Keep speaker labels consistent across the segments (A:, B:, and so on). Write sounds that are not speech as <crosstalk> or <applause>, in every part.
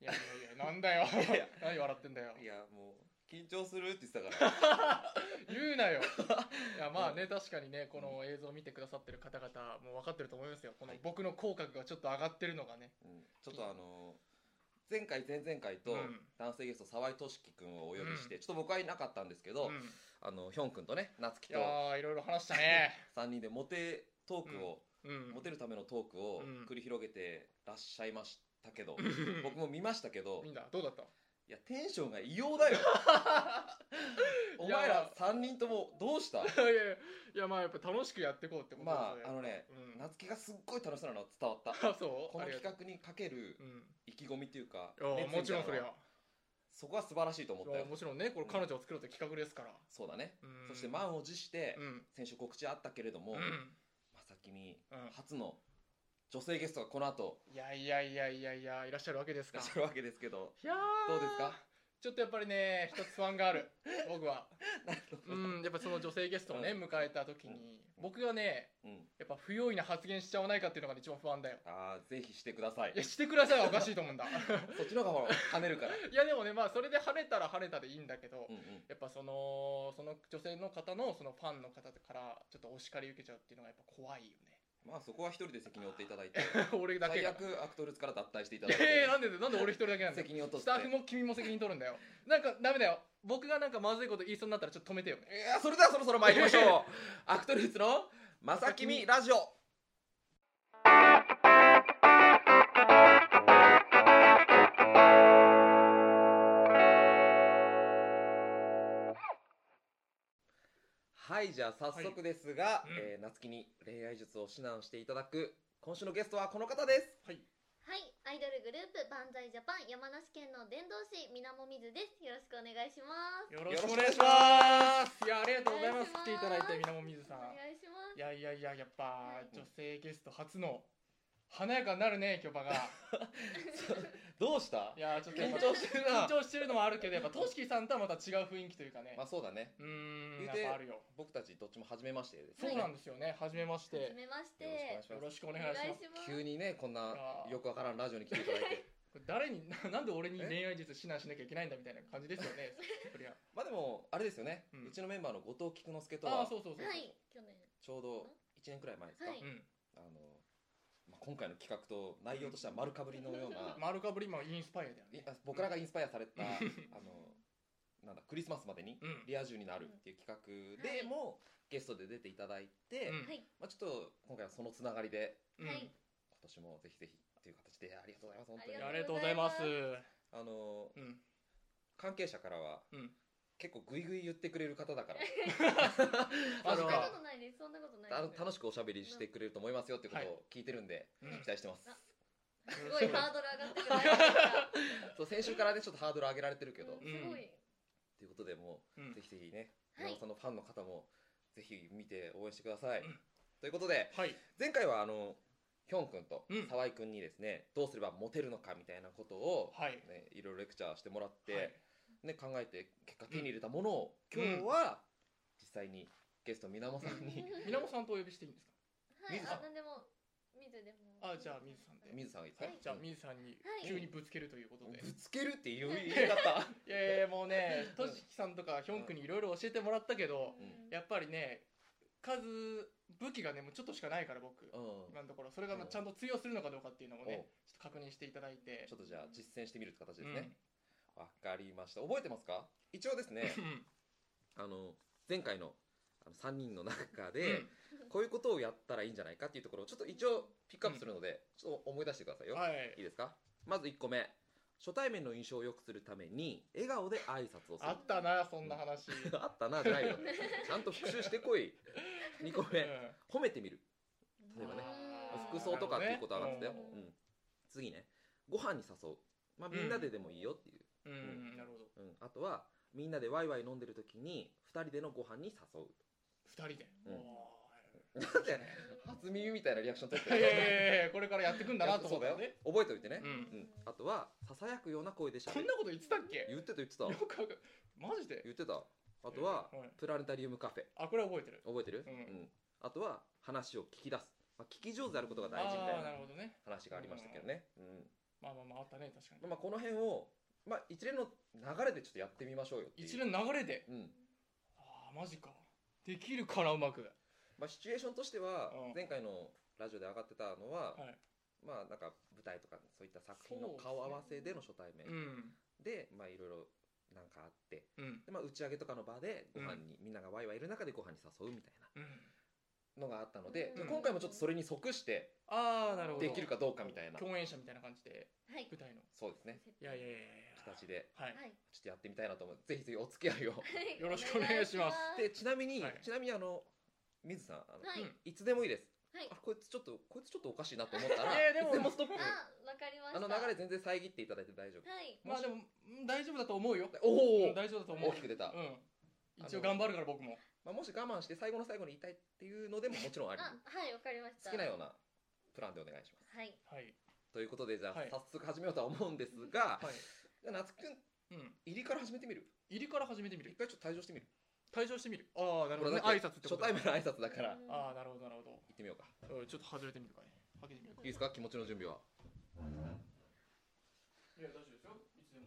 A: いやいやいやなんだよ
B: いやいや
A: 何笑ってんだよ
B: いやもう緊張するって言ってた
A: <laughs>
B: から
A: 言う
B: <laughs>
A: なよいやまあね確かにねこの映像を見てくださってる方々もう分かってると思いますよこの
B: はい
A: 僕の口角がちょっと上がってるのがね
B: うんちょっとあの前回前々回と
A: うん
B: 男性ゲスト沢井俊樹君をお呼びして、ちょっと僕はいなかったんですけど、
A: うんい
B: あのヒョン君とね夏希と
A: やーいろいろ話した
B: <laughs>
A: ね
B: 3人でモテトークを、
A: うん
B: モテるためのトークを
A: うん
B: 繰り広げてらっしゃいましたけど、僕も見ましたけど
A: みんなどうだ
B: <laughs>
A: った
B: いやテンションが異様だ
A: <laughs>
B: よお前ら3人ともどうした
A: いやいやいやまあやっぱ楽しくやっていこうってこと
B: まああ
A: あ
B: のね、
A: うん
B: 夏希がすっごい楽しそうなのは伝わった
A: <laughs> あそう
B: こ
A: あ
B: の
A: りが
B: 企
A: とう
B: 画にかける
A: うん
B: 意気込みっていうか、
A: いや
B: 熱意
A: も
B: み
A: ち
B: た
A: ろ
B: いなん
A: それや
B: そこは素晴らしいと思った
A: いや
B: よ
A: もちろんねこれ彼女を作ろうって企画ですから
B: そうだね、
A: うん
B: そして満を持して、
A: うん
B: 先週告知あったけれども、
A: うん
B: まさきみ
A: うん
B: 初の女性ゲストがこの後
A: いやいやいやいやいやいらっしゃるわけです
B: いら
A: か
B: っしゃるわけですけど
A: いやー
B: どうですか
A: ちょっとやっぱりね一つ不安があ
B: <laughs>
A: る僕は
B: なるほど
A: うんやっぱその女性ゲストをね
B: う
A: 迎えた時に僕がね
B: うん、
A: やっぱ不用意な発言しちゃわないかっていうのがね一番不安だよ
B: ああぜひしてください
A: いやしてくださいはおかしいと思うん
B: <laughs>
A: だ
B: そっちの方がほら跳ねるから
A: いやでもねまあそれで晴れたら晴れたでいいんだけど、
B: うんうん
A: やっぱそのその女性の方のそのファンの方からちょっとお叱り受けちゃうっていうのがやっぱ怖いよね
B: まあそこは一人で責任を負っていただいて
A: 俺 <laughs> だけ
B: 最
A: が
B: 悪アクトルズから脱退していただいて、
A: えー、なんでなんで俺一人だけなんだよ
B: 責任を取っ
A: ス
B: て
A: タッフも君も責任取るんだよなんかダメだよ僕がなんかまずいこと言いそうになったらちょっと止めてよね
B: いやそれではそろそろ参りましょう
A: <laughs>
B: アクトルズの「まさきみラジオ」はいじゃあ早速ですが、
A: いうん
B: えー夏希に恋愛術を指南していただく今週のゲストはこの方です
A: はい
C: はい、アイドルグループバンザイジャパン山梨県の伝道師みなもみずです。よろしくお願いします。
A: よ
B: ろ
A: ろ
B: し
A: し
B: く
A: く
B: お
A: お
B: 願
A: 願い
B: いし
A: し
B: ま
A: ますいやありがとうございます
C: お願いしま
A: 来
C: す
A: ていただいてみなもみずさ
C: お
A: ん
C: 願いしま
A: い
C: す。
A: やいやいややっぱ
C: はい
A: 女性ゲスト初の華やかになるねキョパが
B: どうした
A: いやちょっとやっ
B: 緊
A: ぱ
B: 張してるな
A: 緊張してるのもあるけどやっぱトシキさんとはまた違う雰囲気というかね、
B: まあそうだね
A: うーん
B: 言う
A: やってぱあるよ
B: 僕たちどっちも初めましてです
A: そ
B: ね
A: うなんですよね初めまし
C: は <laughs> じ
A: て
C: めまし
B: よろしくお願い
C: て
A: よ
B: し。ま
A: ろ
B: す
A: しくお願いします
C: ます
B: 急にねこんない
A: やー
B: よくわからんラジオに来ていただい
A: <laughs>
B: て
A: これ誰にななんで俺に恋愛術指南しなきゃいけないんだみたいな感じですよねそりゃ
B: まあでもあれですよね、う
A: うん
B: ちのメンバーの後藤菊之助と
A: ああ
B: は
A: そうそうそう、
C: はい、去年。
B: ちょうど1年くらい前ですか、
C: はい
A: うん、
B: あのまあ、今回の企画と内容としては丸かぶりのような、
A: マルカブリマンインスパイアだよ
B: い
A: ね
B: あ僕らがインスパイアされたあのなんだクリスマスまでに
A: うん
B: リア充になるっていう企画でも、ゲストで出ていただいて、
A: うん
C: はい、
B: まあ、ちょっと今回はそのつながりで
A: うん
C: はい。
B: 今年もぜひぜひという形でありがとうございます本当に
A: い
C: あ
A: やあ
C: り
A: りが
C: がと
A: とう
C: うご
A: ご
C: ざ
A: ざ
C: い
A: い
C: ま
A: ますす
B: あの
A: うん
B: 関係者からは
A: うん
B: 結構グイグイ言ってくれる方だから
A: <laughs> あ
C: そ
A: の
C: んなことないです。そんなことない
B: あ
C: で
B: の
C: す。
B: 楽しくおしゃべりしてくれると思いますよってこ
A: は
B: とを聞いてるんで、
A: うん
B: 期待してます、
C: すごいハードル上がってくるじゃないですか。
B: そう先週からねちょっとハードル上げられてるけど、
C: うん
B: と
C: すごい。
B: いうことでもう、
A: うん
B: ぜひぜひね
C: はい
B: 宮本さんのファンの方もぜひ見て応援してください、ということで
A: はい
B: 前回はあのヒョン君と
A: うん
B: 沢井君にですね、どうすればモテるのかみたいなことを、
A: はい
B: ね、いろいろレクチャーしてもらって、
A: はい
B: ね、考えて結果手に入れたものを、
A: うん
B: 今日は実際にゲスト水面さんに、
A: みなもさんとお呼びしていいんですか
C: はい、
B: 水さ
C: あ、
B: ん
C: なんでも。水でも。
A: あじゃあ水さんで
B: <laughs> 水さんが言ってた
C: はい
A: じゃあみずさんに
C: はい
A: 急にぶつけるということで、
B: ぶつけるっていう言い
A: <laughs>
B: 方
A: いやいやもうねとしきさんとかヒョン君にいろいろ教えてもらったけど、
B: うん
A: やっぱりね数武器がねもうちょっとしかないから僕、
B: うん
A: 今のところそれがまあちゃんと通用するのかどうかっていうのもね、
B: おう
A: ちょっと確認していただいて
B: ちょっとじゃあ実践してみるって形ですね。わ、かりました。覚えてますか？一応ですね、
A: うんうん
B: あの前回のあの三人の中で、
A: うん
B: こういうことをやったらいいんじゃないかっていうところをちょっと一応ピックアップするので、ちょっと思い出してくださいよ。、
A: はいい
B: いですか？まず一個目、初対面の印象を良くするために笑顔で挨拶をする。
A: あったなそんな話、うん
B: <laughs> あったなじゃないよ。ちゃんと復習してこい。二個目、褒めてみる。例えばね
C: うん
B: 服装とかっていうことは上がってたよ、
A: なるほ
B: う
C: どね
B: ん、次ねご飯に誘う、まあ、みんなででもいいよっていう、
A: うん、
B: ん
A: なるほど
B: うんあとはみんなでワイワイ飲んでる時に2人でのご飯に誘う
A: 二人で、
B: うん
A: お
B: だって <laughs> 初耳みたいなリアクション取って
A: ーい
B: る
A: やいやいやこれからやってくんだなと
B: そ
A: 思
B: う
A: っ
B: だ
A: たよ
B: よ
A: ね
B: 覚えておいてね、
A: うん
B: あとはささやくような声でしゃ
A: こ
B: べ
A: ん
B: る
A: なこと言ってたっけ
B: 言ってた言ってた
A: よくわかマジで
B: 言ってたあとは、
A: はい
B: プラネタリウムカフェ
A: あこれは覚えてる
B: 覚えてる、
A: うん
B: あとは話を聞き出す、まあ、聞き上手であることが
A: あ
B: 大事みた
A: ー
B: い
A: なる
B: な
A: ほどね
B: 話がありましたけどね、うん
A: まあまあまああったね確かに、
B: まあまあこの辺を、まあ、一連の流れでちょっとやってみましょうよっていう
A: 一連の流れで
B: うん
A: ああマジかできるからうまく
B: まあ、シチュエーションとしては
A: うん
B: 前回のラジオで上がってたのは、
A: はい
B: まあなんか舞台とかそういった作品の顔合わせでの初対面
A: うん
B: でまあいろいろなんかあって
A: うん
B: で、まあ、打ち上げとかの場でご飯
A: うん
B: に、みんながワイワイいる中でご飯に誘うみたい
A: うん
B: なのがあったので、
A: うん
B: 今回もちょっとそれに即して
A: ああなるほど
B: できるかどうかみたいな
A: 共演者みたいな感じで
C: はい
A: 舞台の
B: そうですね
A: いやいやいやいや
B: 形で
A: はい
C: はい
B: ちょっとやってみたいなと思うぜひぜひお付き合いを
C: はい
A: よろしくお願いします
C: お願い
B: で
C: し
B: ちなみに、
A: はい
B: ちなみにあの水さんあの、
C: はい
A: うん
B: い、つでもいいです
C: はい
B: あこいつちょっとこいつちょっとおかしいなと思ったら
A: <laughs> いやでも
B: いつでもストップ
C: あわかりまし
B: あ
C: た
B: の流れ全然遮っていただいて大丈夫
C: はい
A: まあでもうん大丈夫だと思うよ
B: おお
A: うん大丈夫だと思う
B: 大きく出た、
A: うん一応頑張るから僕も
B: まあ、もし我慢して最後の最後に言いたいっていうのでももちろんあり
C: あはいわかりました
B: 好きなようなプランでお願いします
C: はい
A: はい
B: ということでじゃあ
A: はい
B: 早速始めようとは思うんですが、
A: はい
B: じゃあ夏くん
A: うん
B: 入りから始めてみる
A: 入りから始めてみ
B: 一
A: る
B: 回ちょっと退場してみる
A: 退場してみるああなるほどね
B: これ
A: 挨
B: だ
A: 拶っ
B: っ
A: てて
B: 初
A: こと
B: 対面の挨拶だから行
C: うん
A: ああなるほどなるほど
B: ってみようか
A: うんちょっと外れてみるかいはけてみるか
B: いいですか気持ちの準備はい
A: や大丈夫ですよいつでも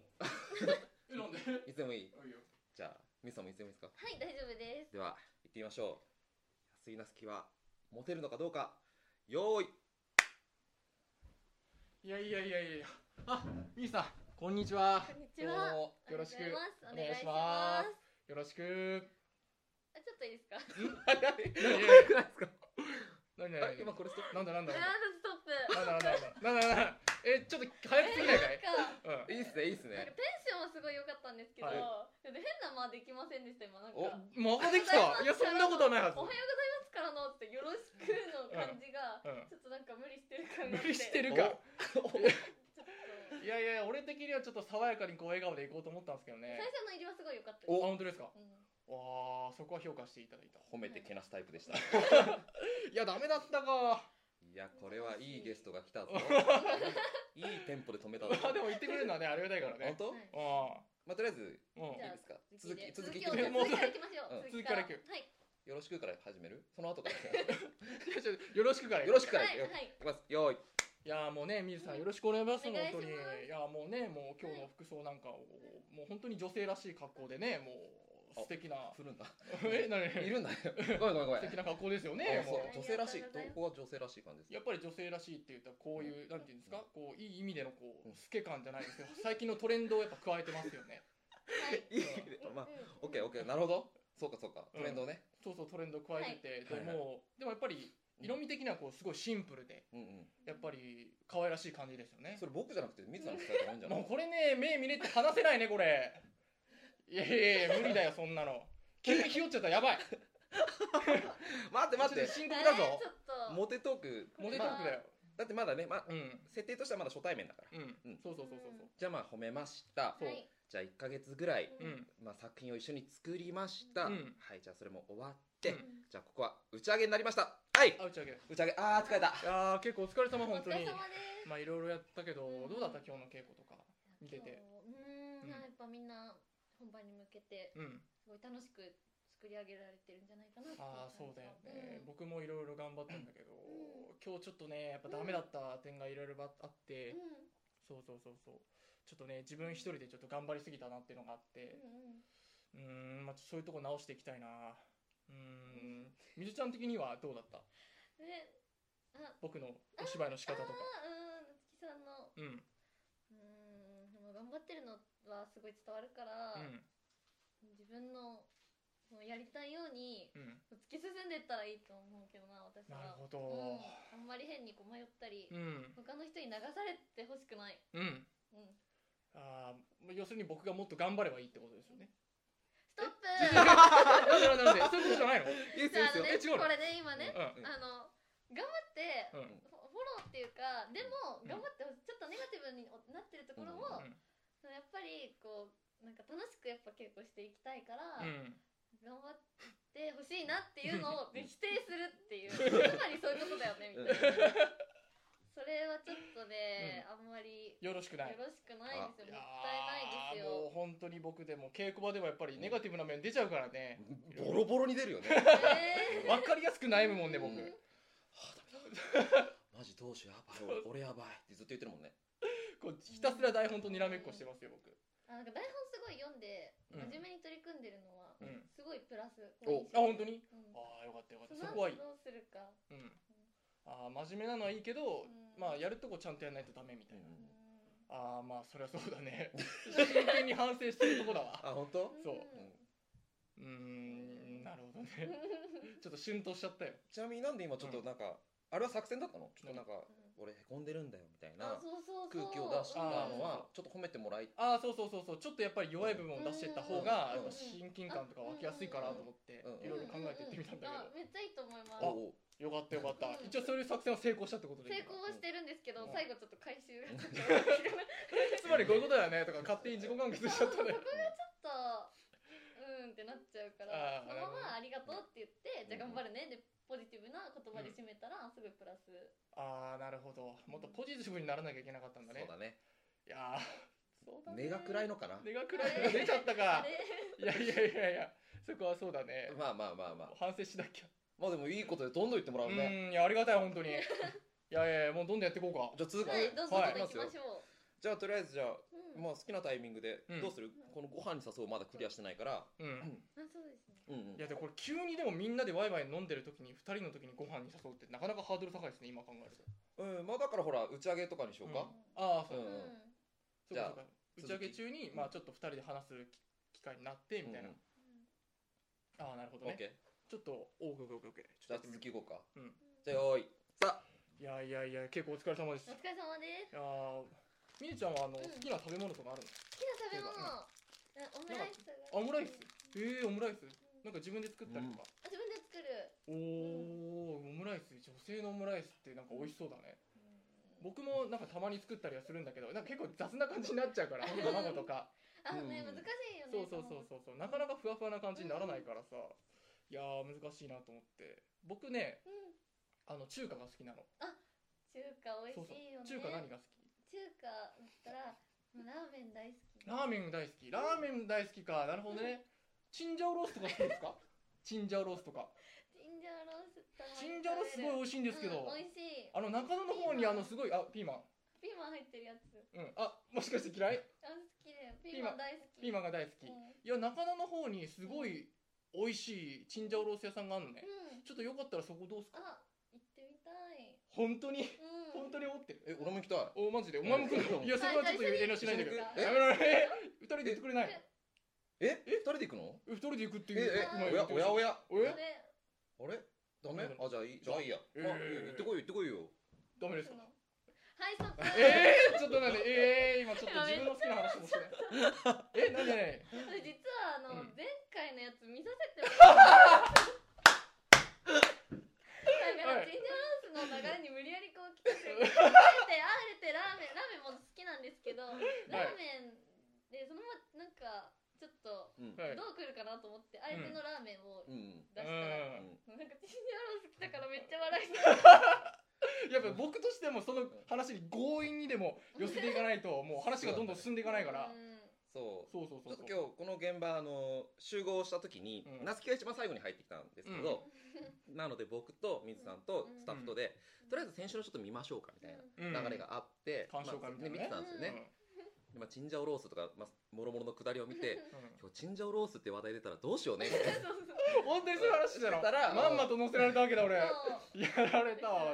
A: えなんで
B: いつでもいい
A: あいいよ
B: じゃあミスさんもいつでもいいですか
C: はい大丈夫です
B: では行ってみましょう安井なすきはモテるのかどうかよーい
A: いやいやいやいやあみーさんこんにちは
C: こんにち
A: どう
C: は
A: もよろしく
C: ありがとうご
A: お願
C: ざいますお願い
A: い
C: し
A: し
C: ま
A: ますよろしく
C: すあちょっといいですか
B: 早
A: いや
B: くないですか
A: 何
B: あ
A: 何何
B: 今これストッ
A: なんだなん
C: あー
A: だなんだ
C: ストップ
A: なんだなんだなんだなんだなんだえちょっと早くすぎないかい
C: なん
A: うん
C: か
B: プいいっすねいいっす
C: なん
B: ね
C: かテンションはすごい良かったんですけど、
A: はい
C: で変な間できませんでした今なんか
B: お
A: またできたいやそんなことはないはず
C: おはようございますからのってよろしくの感じが、
A: うん
C: ちょっとなんか無理してる感
A: 無
C: があって
A: 理して
C: る
A: るか
C: ちょっと
A: いやいや俺的にはちょっと爽やかにこう笑顔でいこうと思ったんですけどね
C: 最初の入りはすごい良かったです
A: あ
B: お
A: 本当ですかわ
C: うん
A: あそこは評価していただいた
B: 褒めてけなすタイプでした
A: いやダメだったか
B: いやこれはいいゲストが来たぞいいテンポで止めたぞ
A: まあでも言ってくれるのはねありがたいから
B: 本
A: ね
B: 当、
C: はい
A: あ
B: まあ、とりあえずい
A: あうん
C: じゃ
B: い
C: あ
B: ですか続
C: 続
B: き
C: き
B: 続き聞
C: を
B: いて
C: 続
B: み
A: もう
B: て
C: きからいきましょう、
B: うん
A: 続きからいく
C: はい
B: よろしくから始めるその後から
A: ちょちょよろしくから
B: よろしくから
C: はい
B: いくよ、
C: はい
B: いきますよーい
A: いやーもうね水さんよろしくお願いします
C: お
A: 本
C: 願いしま
A: 当
C: す
A: にいやーもうねもう今日の服装なんかをもう本当に女性らしい格好でねもう素敵な
B: 振るんだ
A: え <laughs> 何
B: いるんだよごめんごめんごめ
A: 素
B: ん
A: 敵な格好ですよね
B: あ
A: も
B: そうう女性らしい
C: ありがとうご
B: ど
C: ざい
B: こが女
C: ます
B: 性らしい感じです
A: やっぱり女性らしいって言ったらこういう、なんていうんですかこういい意味でのこ
B: うん
A: う透け感じゃないですけど <laughs> 最近のトレンドをやっぱ加えてますよね
C: はい
B: いいけどまあオッケーオッケーなるほどそうかそうかトレンドね、
A: そうそうトレンド加えてて、
B: はい
A: で
B: はい
A: もうでもやっぱり色味的にはこうすごいシンプルで
B: うんうん
A: やっぱり可愛らしい感じですよね
B: それ僕じゃなくて水野の使い方がいいんじゃな
A: もう
B: い
A: これね目見れて話せないねこれいやいやいや無理だよそんなの急にひよっちゃったらや <laughs> ばい
B: 待って待っ
A: ちょと
B: て
C: え
A: 深
C: ー
A: 刻だぞ
C: ちょっと
B: モテトーク
A: モテトークだよ
B: だってまだね、まあ、
A: うん
B: 設定としてはまだ初対面だから
A: うん、
B: うん
A: そうそうそうそう
B: じゃあまあ褒めました
A: そう
C: はい
B: じゃあ1か月ぐらい、
A: そううん
B: まあ、作品を一緒に作りました、
A: うん
B: はいじゃあそれも終わって、
A: うん
B: じゃあここは打ち上げになりましたはい
A: あ打ち上げ
B: 打ち上げあー疲れた
A: ああ結構お疲れ様
C: お
A: 本
C: 疲
A: 当に
C: れ様です
A: まあいろいろやったけど
C: うん
A: どうだった今日の稽古とか見ててうんん
C: 今日うーやっぱみんな本番に向けて
A: うん
C: すごい楽しく作り上げられてるんじゃないかなってい
A: ああそう
C: 感じ
A: だよ
C: は
A: ね、
C: うん
A: 僕もいろいろ頑張ったんだけど、
C: う
A: 今日ちょっとねやっぱダメだった点がいろいろあって、
C: うん
A: そうそうそうそうちょっとね自分一人でちょっと頑張りすぎたなっていうのがあって
C: うんうん
A: うーんまあ、そういうとこ直していきたいなうーんみずちゃん的にはどうだった
C: であ
A: 僕のお芝居の仕方とか
C: あうん夏希さんの
A: うん
C: うんでも頑張ってるのはすごい伝わるから、
A: う
C: 自分のそのやりたいように
A: んうん
C: 突き進んでったらいいと思うけどな私
A: なる
C: は
A: ほど
C: うん、あんまり変にこう迷ったり、
A: うん
C: 他の人に流されてほしくない、
A: うん
C: うん、
A: あー要するに僕がもっと頑張ればいいってことですよね
C: ストップ
A: なんでなんでなんでそういうことじゃないの
B: いいです
C: じ
B: よい
A: え違うのう
B: いですよ
C: ゃあねこれね今ね、あの頑張って
A: ん
C: フォフォローっていうかでも
A: うん
C: 頑張ってほしいちょっとネガティブになってるところ
A: う
C: も、
A: ん
C: そのやっぱりこうなんか楽しくやっぱ稽古していきたいから、
A: うん
C: 頑張ってほしいなってい
A: <laughs>
C: うのをで否定するっていうつまりそういうことだよねみたいなそれはちょっとね、あんまりよ
A: よろしくない
C: ろしくないです
A: い
C: よ
A: や
C: もったいないで
A: ー
C: す
A: もう
C: よ
A: 本当に僕でも稽古場でもやっぱりネガティブな面出ちゃうからね
B: うんボロボロに出るよ
A: <laughs>
B: ね
C: え
A: 分かりやすく悩むもんね僕
B: うん
C: うん
B: マジどうしようやばい俺俺やばいってずっと言ってるもんね
A: こうひたすら台本とにらめっこしてますよ僕
C: あなんか台本すごい読んで
A: うん
C: 真面目に取り組んでるのは
A: うん
C: すごいプラス、
B: お
C: こう
A: あ本当に
C: うん
A: ああよかったよかっ
C: そ
A: た
C: の
A: そ
C: 後
A: こはいい、
C: どうするか
A: うん、ああ真面目なのはいいけど、
C: うん
A: まあやるとこちゃんとやらないとダメみたいな、
B: うん
C: う
A: ああまあそりゃそうだね <laughs> 真剣に反省してるとこだわ
B: あ本当
C: ん
A: そうんうーんなるほどねちょっと旬としちゃったよ
B: ちなみになんで今ちょっとなんか、あれは作戦だったのちょっとなんか、
C: う
B: 俺へこんでるんだよみたい
C: <laughs> あ
B: な
C: そうそうそ
B: 空
C: う
B: 気を出したの
A: うん
B: はちょっと褒めてもらい
A: ああそうそうそうそうちょっとやっぱり弱い部分を出していった方が
B: う
A: やっ
B: ん
A: ぱ親近感とか湧きやすいかなと思って
B: うん
A: いろいろ考えていってみたんだ
C: うううあめっちゃいいと思います
B: おう
A: けどよかったよかった
C: うん
A: 一応そういう作戦は成功したってことでい
C: 成
A: いのか
C: 功はしてるんですけど、
A: うん
C: 最後ちょっと回収がち
A: <laughs>
C: ょっと
A: つまりこういうことだよねとか勝手に自己完結しちゃったね
B: <laughs>
C: ちょっとうーんってなっちゃうから
A: あー
C: そのまま「ありがとう」って言って
B: ん
C: 「じゃあ頑張るね」でポジティブな言葉で締めたらすごいプラス、
A: ああなるほどもっとポジティブにならなきゃいけなかったんだ
B: そう
A: ね
B: だね
A: いやーそうだね
B: 根が暗いのかな
A: 根が暗いのが出ちゃったか
C: <laughs> あれ
A: いやいやいやいやそこはそうだね
B: まあまあまあまあ
A: 反省しなきゃ
B: まあでもいいことでどんどん言ってもら
A: う
B: うね
A: ーんいやありがたい本当にいやいやいやもうどんどんやっていこうか
B: じゃあ続く、
C: はいどうぞ
A: はい
C: どうぞ行きましょ
B: じゃあとりあえずじゃあ、
C: う、うん
B: まあ、好きなタイミングで
A: うん
B: どうする、このご飯に誘うまだクリアしてないから
A: うん
C: あそうですね
B: うんうん
A: いやでもこれ急にでもみんなでワイワイ飲んでる時に2人の時にご飯に誘うってなかなかハードル高いですね今考えると
B: うんまあだからほら打ち上げとかにしようか、
A: ああそうう,、
B: ん
C: うん
A: そう
B: じゃあ
A: かそうか打ち上げ中に、
B: き
A: まあ、ちょっと2人で話すき機会になってみたいな、
B: うん
A: ああなるほど
B: オッ
A: ね
B: ケー
A: ちょっとおうオッケーオッケーオッケーちょ
B: じゃ
A: っとや
B: あ
A: ってみ
B: 続
A: る
B: きいこうか
A: うん
B: じゃあよーいさ
A: いやいやいや結構お疲れ様です
C: お疲れ様です
A: いやーみゆちゃんはあの、
C: うん
A: 好きな食べ物とかあるの
C: 好きな食べ物、うん、オムライスが
A: オムライス
C: う
A: えー、オムライス
C: ん
A: なんか自分で作ったりとか、
C: あ自分で作る、
A: おーオムライス女性のオムライスってなんか美味しそうだね僕もなんかたまに作ったりはするんだけどなんか結構雑な感じになっちゃうから卵とか
C: あのね、
B: うん
C: 難しいよ
A: そ
C: ね
A: うそうそうそうそうなかなかふわふわな感じにならないからさ、いやー難しいなと思って僕ね
C: うん
A: あの中華が好きなの
C: 中華美
A: そうそ
C: 味しい
A: う
C: よね
A: 中華何が好き
C: 中華だったらもうラーメン大好き
A: ラーメン大好きラーメン大好きかなるほどねチンジャオロースとか好きです
C: <laughs>
A: かチンジャオロースとか
C: チンジャオロースたま
A: チン
C: に
A: ジャオ
C: 食べる
A: ロースすごい美味しいんですけど、
C: うん美味しい
A: あの中野の方にあのすごいあピーマン
C: ピーマン入ってるやつ
A: うんあもしかして嫌い
C: あ好きだよピーマン大好き
A: ピーマンが大好き、
C: う
A: い
C: ん
A: や中野の方にすごい美味しいチンジャオロース屋さんがあるのね、
C: うん
A: ちょっとよかったらそこどうすか
C: あ行ってみたい
A: 本当に
C: うん
A: 本当に思ってる
B: え俺も行きたい
A: おマジでお前も来るの
B: うん
A: いやそこはちょっと遠慮しないでくれや
C: え
A: めろやめろえ二人で行ってくれない
B: え二人で行くの
A: 二人で行くって
B: え
A: いう
B: え
A: うまい
B: おや
A: こと
B: おやおや
A: おや
C: それ
B: あれダメ
A: ダメだ
B: あじゃあいいじゃあいいや、
A: えー
B: まあいいよ行ってこいよ行ってこいよ
A: ダメですか
C: どうすんのはいストップ
A: ええちょっとなんでええ今ちょっと自分の好きな話もしてないえなんで
C: 実はあの、
A: うん
C: 前回のやつ見させてもらっただか
A: はい
C: らチンジャオロースの流れに無理やりこう来てくれてあえてあえてラーメンラーメンも好きなんですけどラーメンでそのままなんかちょっと
B: うん、
A: はい
C: どう来るかなと思ってあえてのラーメンを
B: うんうん
C: 出した
A: う
C: ら、
A: ん
C: なんかチンジャオロース来たからめっちゃ
A: やっ
C: 笑い
A: ぱ僕としてもその話に強引にでも寄せていかないともう話がどんどん進んでいかないから
C: うん
B: そ
A: そ
B: う
A: うそうそうそ
B: ちょ
A: う
B: っと今日この現場あの集合した時に、
A: うん
B: 夏希が一番最後に入ってきたんですけど、 <laughs> なので僕と水さんとスタッフとで、とりあえず先週のちょっと見ましょうかみたい
A: うん
B: な流れがあって、
A: 鑑賞会みたいなね
B: まあね見てたんですよね、でまあチンジャオロースとか、まあ、もろもろの下りを見て
A: うんうん
B: 今日チンジャオロースって話題出たらどうしようねみたいな
A: 本当にそういう話だろ
B: してたら
A: まんまと乗せられたわけだ俺や
C: そう
A: られたわ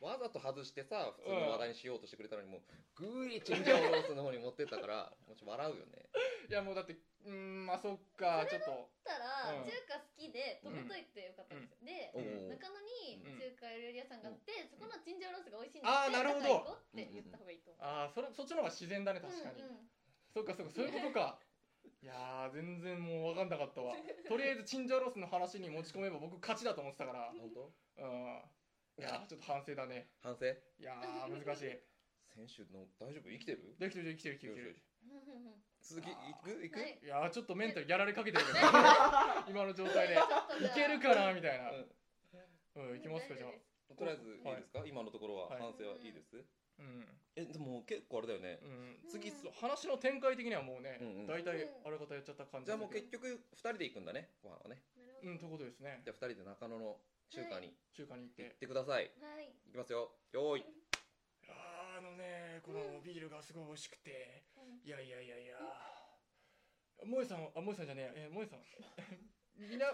B: わざと外してさ普通の話題にしようとしてくれたのにもうぐいチンジャオロースの方に持ってったからもうちょっと笑うよね
A: いやもうだってうーんまあそっかちょっと
C: ったら、
A: うん
C: 中華好きで飛べといてよかったんですよ、で
B: おうおう
C: 中野に
A: うん
C: 中華料理屋さんがあって、そこのチンジャオロースが美味しいんで
A: あーなるほど
C: どって言った方がいいと思う、
A: ああそれそっちの方が自然だね確かに、
C: うん
A: そっかそっかそういうことかいやー全然もう分かんなかったわとりあえずチンジャオロースの話に持ち込めば僕勝ちだと思ってたから
B: 本当
A: うんいやーちょっと反省だね
B: 反省
A: いやー難しい
B: 先週の大丈夫生きてる
A: できてるできてるできてる
C: うんうん
B: 続き行く行く、
C: はい
A: いやーちょっとメンタルやられかけてる
C: <laughs>
A: けど今の状態で
C: ちょっとじ
A: い
C: ゃあ
A: けるかなみたいな
B: うん
A: うんいきますかじゃあ
B: とりあえずいいですか、今のところは
A: はい
B: 反省はいいです、
A: うん
B: えでも結構あれだよね、
A: うん
B: 次
C: うん
A: そう話の展開的にはもうね、
B: うんうん
A: 大体あれ方やっちゃった感じ
B: じゃあもう
A: だけ
B: 結局2人で行くんだねご飯はね
A: どうんということですね
B: じゃあ2人で中野の中華に
A: 中華に行って、
B: 行ってください、
C: はい
B: いきますよよーい
A: ああのねこのビールがすごい美味しくて
C: うん
A: いやいやいやいや萌えさんあ萌えさんじゃねええ萌えさん <laughs> みんな